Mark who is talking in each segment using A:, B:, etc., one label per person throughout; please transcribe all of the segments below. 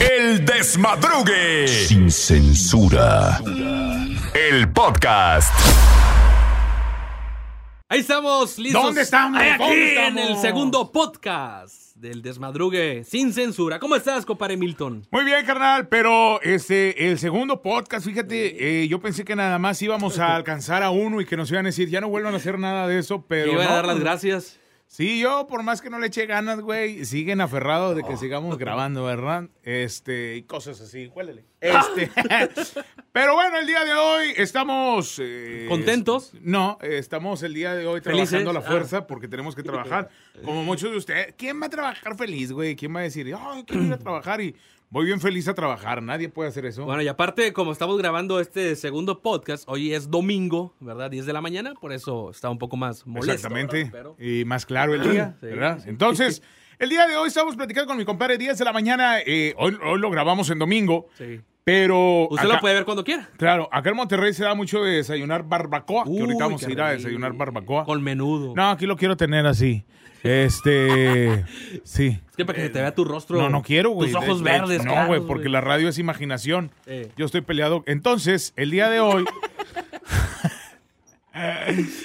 A: El desmadrugue.
B: Sin censura.
A: El podcast.
C: Ahí estamos, listos.
D: ¿Dónde estamos?
C: Aquí
D: ¿Dónde
C: en
D: estamos?
C: el segundo podcast del Desmadrugue sin censura. ¿Cómo estás, compadre Milton?
D: Muy bien, carnal, pero este, el segundo podcast, fíjate, eh, yo pensé que nada más íbamos a alcanzar a uno y que nos iban a decir, ya no vuelvan a hacer nada de eso, pero.
C: Te iba a
D: no.
C: dar las gracias.
D: Sí, yo, por más que no le eche ganas, güey, siguen aferrados de que sigamos grabando, ¿verdad? Este, y cosas así, huélele. Este. pero bueno, el día de hoy estamos. eh,
C: ¿Contentos?
D: No, eh, estamos el día de hoy
C: ¿Felices?
D: trabajando a la
C: Ah.
D: fuerza porque tenemos que trabajar. Como muchos de ustedes, ¿quién va a trabajar feliz, güey? ¿Quién va a decir, ay, quiero ir a trabajar y voy bien feliz a trabajar? Nadie puede hacer eso.
C: Bueno, y aparte, como estamos grabando este segundo podcast, hoy es domingo, ¿verdad? 10 de la mañana, por eso está un poco más molesto.
D: Exactamente.
C: ¿verdad? Pero-
D: Y más claro el día,
C: Sí,
D: ¿verdad?
C: sí.
D: Entonces, el día de hoy estamos platicando con mi compadre 10 de la mañana. eh, hoy, hoy lo grabamos en domingo,
C: Sí.
D: pero...
C: Usted
D: acá-
C: lo puede ver cuando quiera.
D: Claro, acá en Monterrey se da mucho de desayunar barbacoa, que
C: Uy,
D: ahorita vamos a
C: qué
D: ir a
C: rico.
D: desayunar barbacoa.
C: Con menudo.
D: No, aquí lo quiero tener así. Este... sí.
C: Es que para que se te vea tu rostro.
D: eh, No, no quiero, güey.
C: Tus
D: De-
C: ojos
D: de-
C: verdes,
D: No,
C: claros,
D: güey, porque la radio es imaginación.
C: Eh.
D: Yo estoy peleado. Entonces, el día de hoy.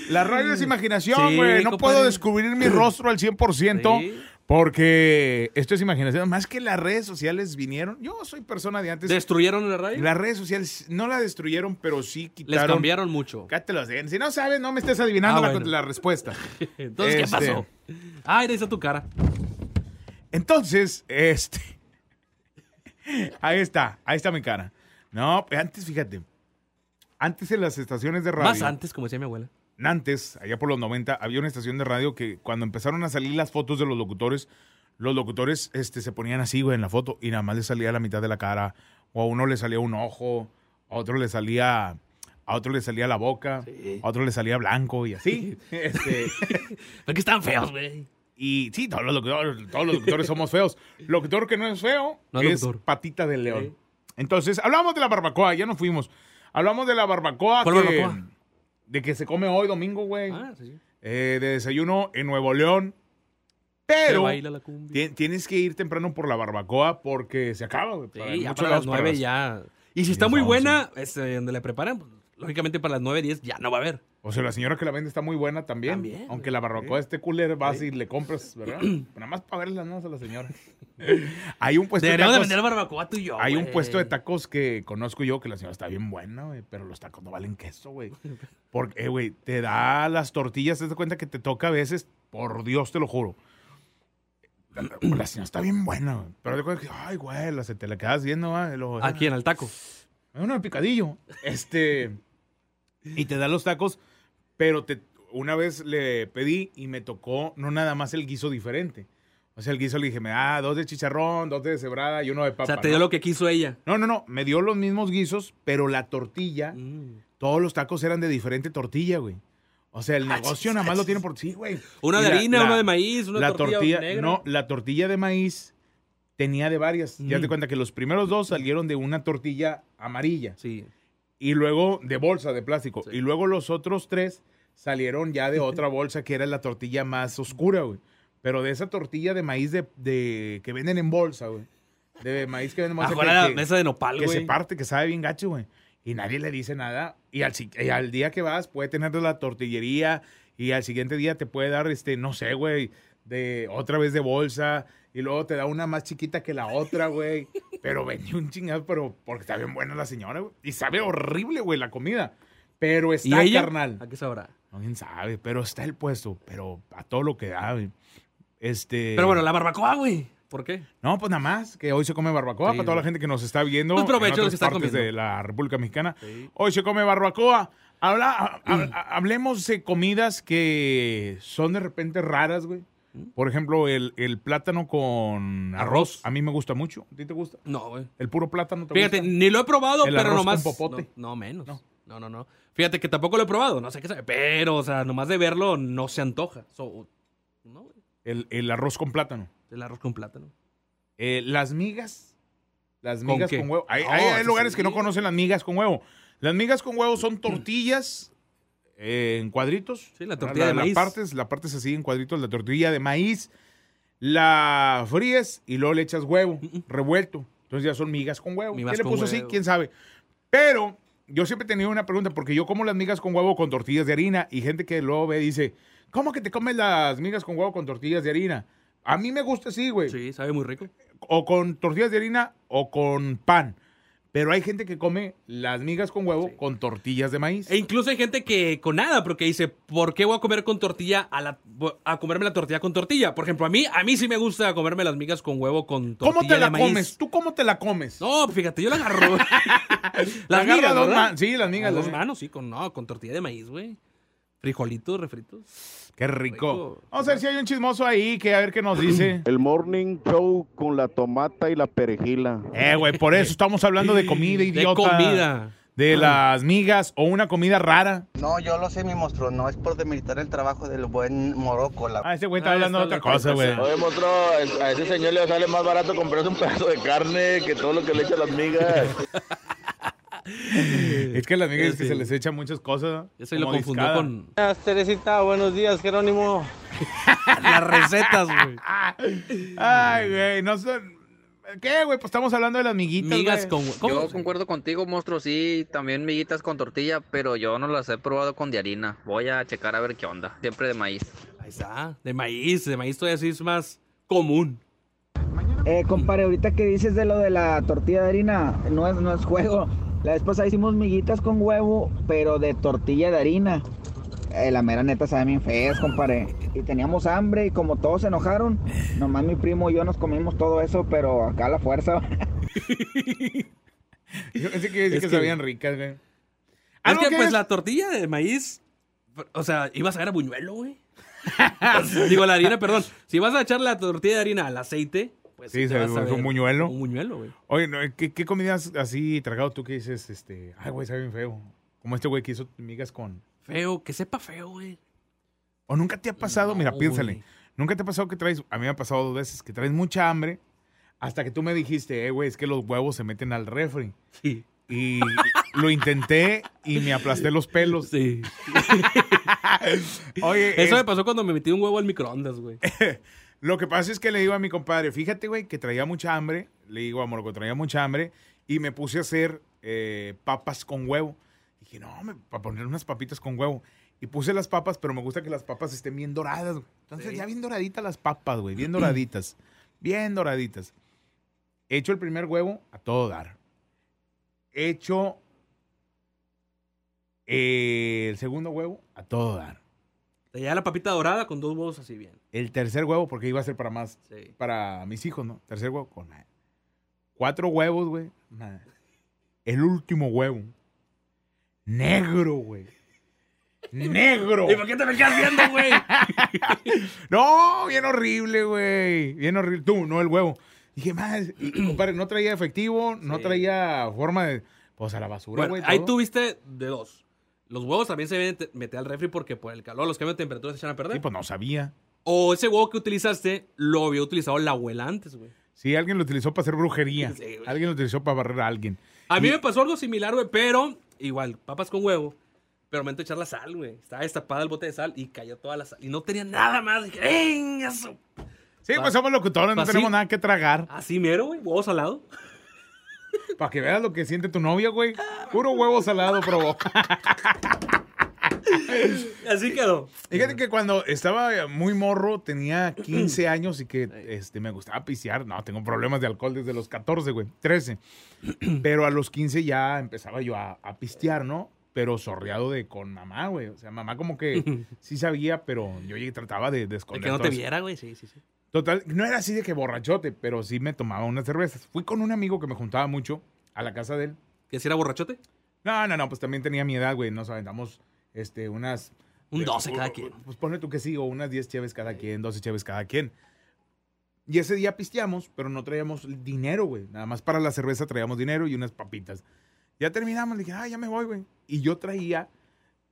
D: la radio es imaginación,
C: Sí,
D: güey. no
C: compadre.
D: puedo descubrir mi rostro al 100%.
C: Sí.
D: Porque esto es imaginación. Más que las redes sociales vinieron. Yo soy persona de antes.
C: ¿Destruyeron la radio?
D: las redes sociales no la destruyeron, pero sí
C: Les
D: quitaron.
C: cambiaron mucho.
D: Cállate los dientes. Si no sabes, no me estés adivinando
C: Ah,
D: la-
C: bueno.
D: la respuesta.
C: Entonces, ¿qué
D: Este-
C: pasó? Ah, era esa tu cara.
D: Entonces, este. Ahí está, ahí está mi cara. No, pues antes, fíjate. Antes en las estaciones de radio.
C: Más antes, como decía mi abuela.
D: Nantes, allá por los 90, había una estación de radio que cuando empezaron a salir las fotos de los locutores, los locutores este, se ponían así, güey, en la foto y nada más le salía la mitad de la cara. O a uno le salía un ojo, a otro le salía. A otro le salía la boca, a otro le salía blanco y así. Este,
C: Porque están feos, güey.
D: y sí, todos los locutores, todos los locutores somos feos. Locutor que no es feo
C: No es
D: es
C: locutor.
D: patita de león. Entonces, hablamos de la barbacoa, ya nos fuimos. Hablamos de la barbacoa,
C: ¿Cuál
D: que,
C: barbacoa?
D: de que se come hoy domingo, güey.
C: Ah, sí.
D: eh, de desayuno en Nuevo León.
C: Se
D: Pero
C: baila la cumbia.
D: ti- tienes que ir temprano por la barbacoa porque se acaba, güey.
C: Sí,
D: para
C: ya
D: muchos
C: para
D: lados,
C: las
D: para
C: nueve
D: las-
C: ya. Y si está
D: las
C: muy
D: once.
C: buena, este, donde la preparan, pues, lógicamente para las nueve, diez ya no va a haber.
D: O sea, la señora que la vende está muy buena también.
C: También,
D: aunque la barbacoa esté cooler, vas y le compras, ¿verdad? Nada más para ver las manos a la señora. Hay un puesto de
C: Deberíamos de
D: tacos-
C: vender barbacoa tú y yo.
D: Hay un
C: güey.
D: puesto de tacos que conozco yo que la señora está bien buena, güey, pero los tacos no valen queso, güey. Porque, eh, güey, te da las tortillas, te das cuenta que te toca a veces, por Dios te lo juro. La, la señora está bien buena, güey. Pero te cuenta que, ay, güey, la, se te la quedas viendo, güey. y luego,
C: ¿A quién? ¿Al taco?
D: "Ah, Uno de picadillo. Este. Y te da los tacos, pero te, una vez le pedí y me tocó no nada más el guiso diferente. O sea, el guiso le dije, me da dos de chicharrón, dos de cebrada y uno de papa.
C: o sea, te
D: ¿no?
C: dio lo que quiso ella.
D: No, no, no. Me dio los mismos guisos, pero la tortilla,
C: Mm.
D: todos los tacos eran de diferente tortilla, güey. O sea,
C: Ah,
D: el negocio nada más lo tiene por sí, güey.
C: Una
D: Y
C: de
D: la-
C: harina,
D: la-
C: una de maíz, una
D: la
C: tortilla,
D: tortilla,
C: negra.
D: no, la tortilla de maíz tenía de varias. Ya te
C: Mm.
D: cuenta que los primeros dos salieron de una tortilla amarilla
C: Sí.
D: y luego de bolsa de plástico
C: Sí.
D: y luego los otros tres salieron ya de otra bolsa que era la tortilla más oscura, güey. Pero de esa tortilla de maíz de, de- que venden en bolsa, güey. De maíz que venden en bolsa.
C: Afuera
D: que-
C: la
D: que-
C: mesa de nopal,
D: que
C: güey.
D: se parte, que sabe bien gacho, güey. Y nadie le dice nada. Y al, si- y al día que vas, puede tener de la tortillería. Y al siguiente día te puede dar, este, no sé, güey, de otra vez de bolsa. Y luego te da una más chiquita que la otra, güey. Pero venía un chingado, pero porque está bien buena la señora, güey. Y sabe horrible, güey, la comida. Pero
C: ¿Y
D: está
C: ella?
D: carnal.
C: ¿A qué sabrá?
D: No, quién sabe, pero está el puesto. Pero a todo lo que da, güey. Este.
C: Pero bueno, la barbacoa, güey. ¿Por qué?
D: No, pues nada más, que hoy se come barbacoa
C: Sí,
D: para toda la
C: güey.
D: gente que nos está viendo.
C: Pues provecho
D: en otras
C: los que están
D: partes
C: comiendo.
D: de la República Mexicana.
C: Sí.
D: Hoy se come barbacoa. Habla, ha- ha-
C: Mm.
D: Hablemos de comidas que son de repente raras, güey. Por ejemplo, el, el plátano con arroz.
C: Mm. Arroz.
D: A mí me gusta mucho. ¿A ti te gusta?
C: No, güey.
D: El puro plátano te
C: Fíjate,
D: gusta.
C: ni lo he probado,
D: El
C: pero
D: arroz
C: nomás.
D: con popote.
C: No, no, menos.
D: No.
C: No. no, no, Fíjate que tampoco lo he probado, no sé qué sabe. Pero, o sea, nomás de verlo no se antoja. So, no, güey.
D: El, el arroz con plátano.
C: El arroz con plátano.
D: Eh, las migas. Las
C: ¿Con
D: migas
C: qué?
D: con, huevo. Hay,
C: No,
D: hay- hay
C: eso
D: lugares
C: sí.
D: que no conocen las migas con huevo. Las migas con huevo son tortillas eh, en cuadritos.
C: Sí, la tortilla de maíz.
D: La partes, la partes así en cuadritos, la tortilla de maíz. La fríes y luego le echas huevo revuelto. Entonces ya son migas con huevo.
C: Mm, Migas
D: ¿Qué le
C: con
D: puso así?
C: huevo.
D: ¿Quién sabe? Pero yo siempre he tenido una pregunta, porque yo como las migas con huevo con tortillas de harina y gente que luego ve dice, ¿cómo que te comes las migas con huevo con tortillas de harina? A mí me gusta así, güey.
C: Sí, sabe muy rico.
D: O con tortillas de harina o con pan. Pero hay gente que come las migas con huevo con tortillas de maíz.
C: E incluso hay gente que con nada, porque dice, ¿por qué voy a comer con tortilla a, la, a comerme la tortilla con tortilla? Por ejemplo, a mí, a mí sí me gusta comerme las migas con huevo con tortilla
D: ¿Cómo te la
C: de maíz.
D: comes? ¿Tú cómo te la comes?
C: No, fíjate, yo la agarro.
D: La
C: las
D: agarro a
C: migas,
D: dos
C: ¿verdad?
D: man- sí, las migas, eh.
C: A
D: las
C: dos
D: migas.
C: manos, sí, con, no, con tortilla de maíz, güey. Frijolitos, refritos.
D: Qué rico.
C: Rico.
D: Vamos a ver si hay un chismoso ahí, que a ver qué nos dice.
E: El morning show con la tomata y la perejila.
D: Eh, güey, por eso estamos hablando de comida, idiota.
C: De comida.
D: De las migas o una comida rara.
F: No, yo lo sé, mi monstruo. No es por demeritar el trabajo del buen Morocco. La...
D: Ah, ese güey está
C: Ah,
D: hablando de
C: está
D: otra
C: la
D: cosa,
C: otra
D: güey.
C: cosa.
G: Oye, monstruo, a ese señor le sale más barato comprarse un pedazo de carne que todo lo que le echa las migas.
D: Es que las migas es que
C: Sí.
D: se les echan muchas cosas.
C: Ese lo
D: como
C: confundió
D: discada.
C: con
F: Ah, Teresita, buenos días, Jerónimo.
C: las recetas, güey.
D: Ay, güey, no son... ¿Qué, güey? Pues estamos hablando de las miguitas,
C: Migas con
D: güey.
H: Yo
C: ¿cómo?
H: concuerdo contigo, monstruo, sí, también miguitas con tortilla, pero yo no las he probado con de harina. Voy a checar a ver qué onda. Siempre de maíz.
C: Ahí está. De maíz, de maíz todavía sí es más común.
I: Eh, compadre, ahorita que dices de lo de la tortilla de harina, no es, no es juego. La vez pasada hicimos miguitas con huevo, pero de tortilla de harina. Eh, la mera neta sabe bien feas, compadre. Y teníamos hambre y como todos se enojaron, nomás mi primo y yo nos comimos todo eso, pero acá a la fuerza.
D: Yo pensé que, decía
C: Es
D: que
C: que-
D: sabían ricas, güey.
C: Es
D: Algo
C: que,
D: que
C: pues,
D: es-
C: la tortilla de maíz, o sea, ibas a ver a buñuelo, güey. Digo, la harina, perdón. Si vas a echar la tortilla de harina al aceite, pues
D: Sí,
C: te
D: se-
C: vas a
D: es
C: ver
D: un buñuelo.
C: Un buñuelo, güey.
D: Oye, no, ¿qué, qué comidas así tragado tú que dices, este... Ay, güey, sabe bien feo. Como este güey que hizo migas con...
C: Feo, que sepa feo, güey.
D: ¿O nunca te ha pasado?
C: No,
D: Mira, piénsale.
C: güey.
D: ¿Nunca te ha pasado que traes, a mí me ha pasado dos veces, que traes mucha hambre hasta que tú me dijiste, eh, güey, es que los huevos se meten al refri?
C: Sí.
D: Y lo intenté y me aplasté los pelos.
C: Sí.
D: Oye,
C: Eso
D: es-
C: me pasó cuando me metí un huevo al microondas, güey.
D: lo que pasa es que le digo a mi compadre, fíjate, güey, que traía mucha hambre. Le digo a Morocco, traía mucha hambre. Y me puse a hacer eh, papas con huevo. Dije, no, me, para poner unas papitas con huevo. Y puse las papas, pero me gusta que las papas estén bien doradas. güey. Entonces, ya bien doraditas las papas, güey. Bien doraditas. bien doraditas. Hecho el primer huevo a todo dar. Hecho eh, el segundo huevo a todo dar.
C: Te llevaba la papita dorada con dos huevos así bien.
D: El tercer huevo, porque iba a ser para más
C: Sí.
D: para mis hijos, ¿no? Tercer huevo, con nada. Cuatro huevos, güey. Nada. El último huevo. Negro, güey. Negro.
C: ¿Y por qué te me quedas viendo, güey?
D: No, bien horrible, güey. Bien horrible. Tú, no el huevo. Dije, más, compadre, no traía efectivo, no
C: Sí.
D: traía forma de. Pues a la basura,
C: Bueno,
D: güey.
C: ahí
D: todo.
C: tuviste de dos. Los huevos también se deben te- meter al refri porque por el calor, los cambios de temperatura se echan a perder.
D: Sí, pues no sabía.
C: O ese huevo que utilizaste lo había utilizado la abuela antes, güey.
D: Sí, alguien lo utilizó para hacer brujería.
C: Sí, güey.
D: alguien lo utilizó para barrer a alguien.
C: A mí
D: Y-
C: me pasó algo similar, güey, pero igual, papas con huevo. Pero me echar la sal, güey. Estaba destapada el bote de sal y cayó toda la sal. Y no tenía nada más. Dije, "Ey, eso".
D: Sí,
C: Pa-
D: pues somos locutores, no
C: pa- sí.
D: tenemos nada que tragar.
C: Así mero, güey. Huevo salado.
D: Para que veas lo que siente tu novia, güey. Puro huevo salado probó.
C: Así quedó.
D: Fíjate que cuando estaba muy morro, tenía 15 años y que este, me gustaba pisear. No, tengo problemas de alcohol desde los 14, güey. 13. Pero a los 15 ya empezaba yo a, a pistear, ¿no? Pero sorreado de con mamá, güey. O sea, mamá como que sí sabía, pero yo ya trataba de, de
C: De
D: esconder
C: que no
D: todo
C: te
D: eso.
C: viera, güey. Sí, sí, sí.
D: Total, no era así de que borrachote, pero sí me tomaba unas cervezas. Fui con un amigo que me juntaba mucho a la casa de él.
C: ¿Que si era borrachote?
D: No, no, no, pues también tenía mi edad, güey. Nos aventamos este, unas
C: Un
D: eh,
C: 12
D: o-
C: cada
D: o-
C: quien.
D: Pues ponle tú que sí, o unas 10 cheves cada quien, 12 cheves cada quien. Y ese día pisteamos, pero no traíamos dinero, güey. Nada más para la cerveza traíamos dinero y unas papitas. Ya terminamos, le dije, ah, ya me voy, güey. Y yo traía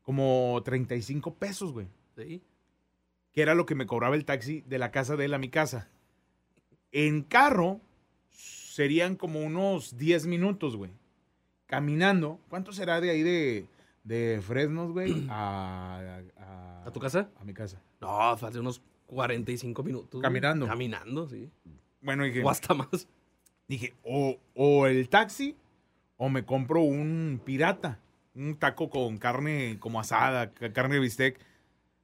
D: como 35 pesos, güey.
C: Sí.
D: Que era lo que me cobraba el taxi de la casa de él a mi casa. En carro serían como unos 10 minutos, güey. Caminando. ¿Cuánto será de ahí de, de Fresnos, güey? A, a-
C: ¿A tu casa?
D: a mi casa.
C: No, hace unos 45 minutos. güey.
D: Caminando.
C: Caminando, sí.
D: Bueno, dije,
C: O hasta más.
D: Dije, o, o el taxi o me compro un pirata, un taco con carne como asada, ca- carne de bistec.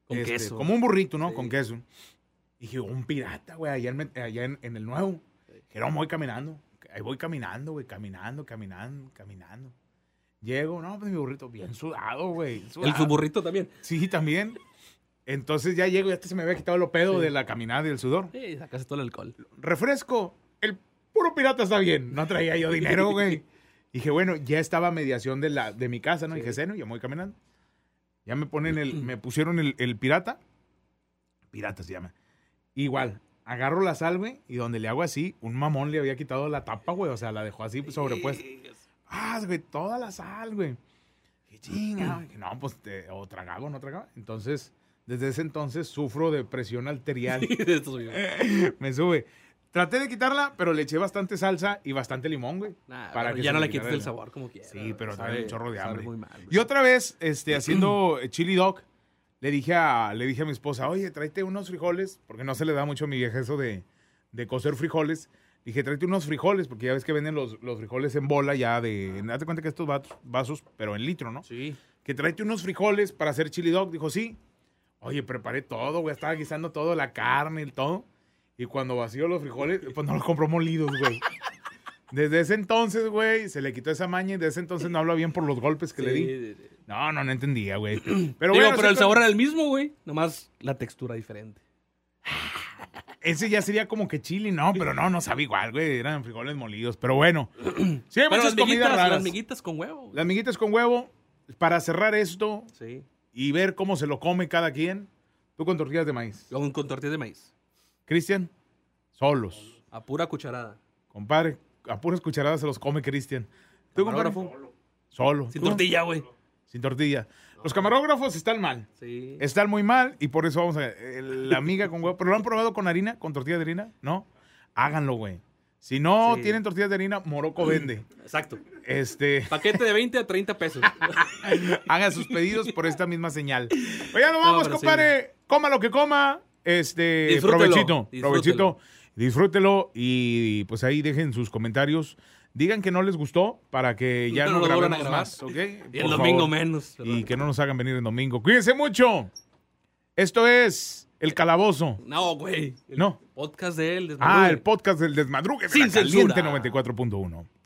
C: Con
D: este,
C: queso.
D: Como un burrito, ¿no? Con queso. Dije, un pirata, güey, allá, en, Met- allá en, en el nuevo. Jerón, voy caminando. Ahí voy caminando, güey, caminando, caminando, caminando. Llego, no, pues mi burrito, bien sudado, güey.
C: El
D: sudado.
C: suburrito también.
D: Sí, también. Entonces ya llego, ya hasta se me había quitado lo pedo de la caminada y el sudor.
C: Sí, sacaste todo el alcohol.
D: Refresco, el puro pirata está bien. No traía yo dinero, güey. Dije, bueno, ya estaba a mediación de, la, de mi casa, ¿no? Dije, seno, ya me voy caminando. Ya me ponen el, me pusieron el, el pirata. Pirata se llama. Igual, agarro la sal, güey, y donde le hago así, un mamón le había quitado la tapa, güey. O sea, la dejó así sobrepuesta. Ah, güey, toda la sal, güey. Qué chinga. güey. Que no, pues, te- o tragaba o no tragaba. Entonces, desde ese entonces sufro de presión arterial.
C: Esto soy yo.
D: Eh, me sube. Traté de quitarla, pero le eché bastante salsa y bastante limón, güey.
C: Nah,
D: para
C: pero
D: que
C: ya
D: se
C: no
D: me
C: le quites
D: quitara
C: el sabor como quieras.
D: Sí, pero trae un chorro de
C: Sabe
D: hambre.
C: muy mal, güey.
D: Y otra vez, este, haciendo eh, chili dog, le dije a, le dije a mi esposa, oye, tráete unos frijoles, porque no se le da mucho a mi vieja eso de, de cocer frijoles. Dije, tráete unos frijoles, porque ya ves que venden los, los frijoles en bola ya
C: Ah.
D: de, date cuenta que estos vatos- vasos, pero en litro, ¿no?
C: Sí.
D: que tráete unos frijoles para hacer chili dog. Dijo, sí. Oye, preparé todo, güey. Estaba guisando todo, la carne y todo. Y cuando vacío los frijoles, pues no los compró molidos, güey. Desde ese entonces, güey, se le quitó esa maña y desde ese entonces no habla bien por los golpes que le di.
C: Sí, sí, sí.
D: No, no, no entendía, güey. Pero
C: Digo,
D: bueno,
C: pero el
D: siempre-
C: sabor era el mismo, güey. Nomás la textura diferente.
D: Ese ya sería como que chili, no, pero no, no sabe igual, güey. Eran frijoles molidos. Pero bueno. Sí,
C: Pero
D: hay muchas
C: las
D: comidas
C: miguitas,
D: raras.
C: las miguitas con huevo. güey.
D: las miguitas con huevo. Para cerrar esto
C: Sí.
D: y ver cómo se lo come cada quien, tú con tortillas de maíz.
C: Con, con tortillas de maíz.
D: Cristian, solos.
C: A pura cucharada.
D: Compadre, a puras cucharadas se los come Cristian. ¿Tú, compadre?
C: Camarógrafo.
D: Solo.
C: Sin
D: ¿Tú?
C: tortilla, güey.
D: Sin tortilla. Los camarógrafos están mal.
C: Sí.
D: Están muy mal y por eso vamos a... eh, La amiga con huevo... ¿Pero lo han probado con harina? ¿Con tortilla de harina? No. Háganlo, güey. Si no
C: Sí.
D: tienen tortillas de harina, Morocco vende.
C: Exacto.
D: Este,
C: Paquete de 20 a 30 pesos.
D: hagan sus pedidos por esta misma señal. Oigan, nos
C: No,
D: vamos,
C: pero
D: compadre. Coma lo que coma. Este,
C: Disfrútelo,
D: provechito,
C: disfrútelo.
D: provechito. Disfrútelo y pues ahí dejen sus comentarios. Digan que no les gustó para que ya
C: No
D: no,
C: lo vuelvan a
D: grabemos
C: grabar.
D: más, ¿ok?
C: y
D: Por
C: el domingo
D: favor.
C: menos.
D: Y
C: perdón.
D: que no nos hagan venir el domingo. Cuídense mucho. Esto es El Calabozo.
C: No, güey. El
D: No.
C: Podcast de él.
D: Ah,
C: desmadre.
D: el podcast del Desmadrugue de
C: Sin
D: la Caliente
C: censura.
D: 94.1.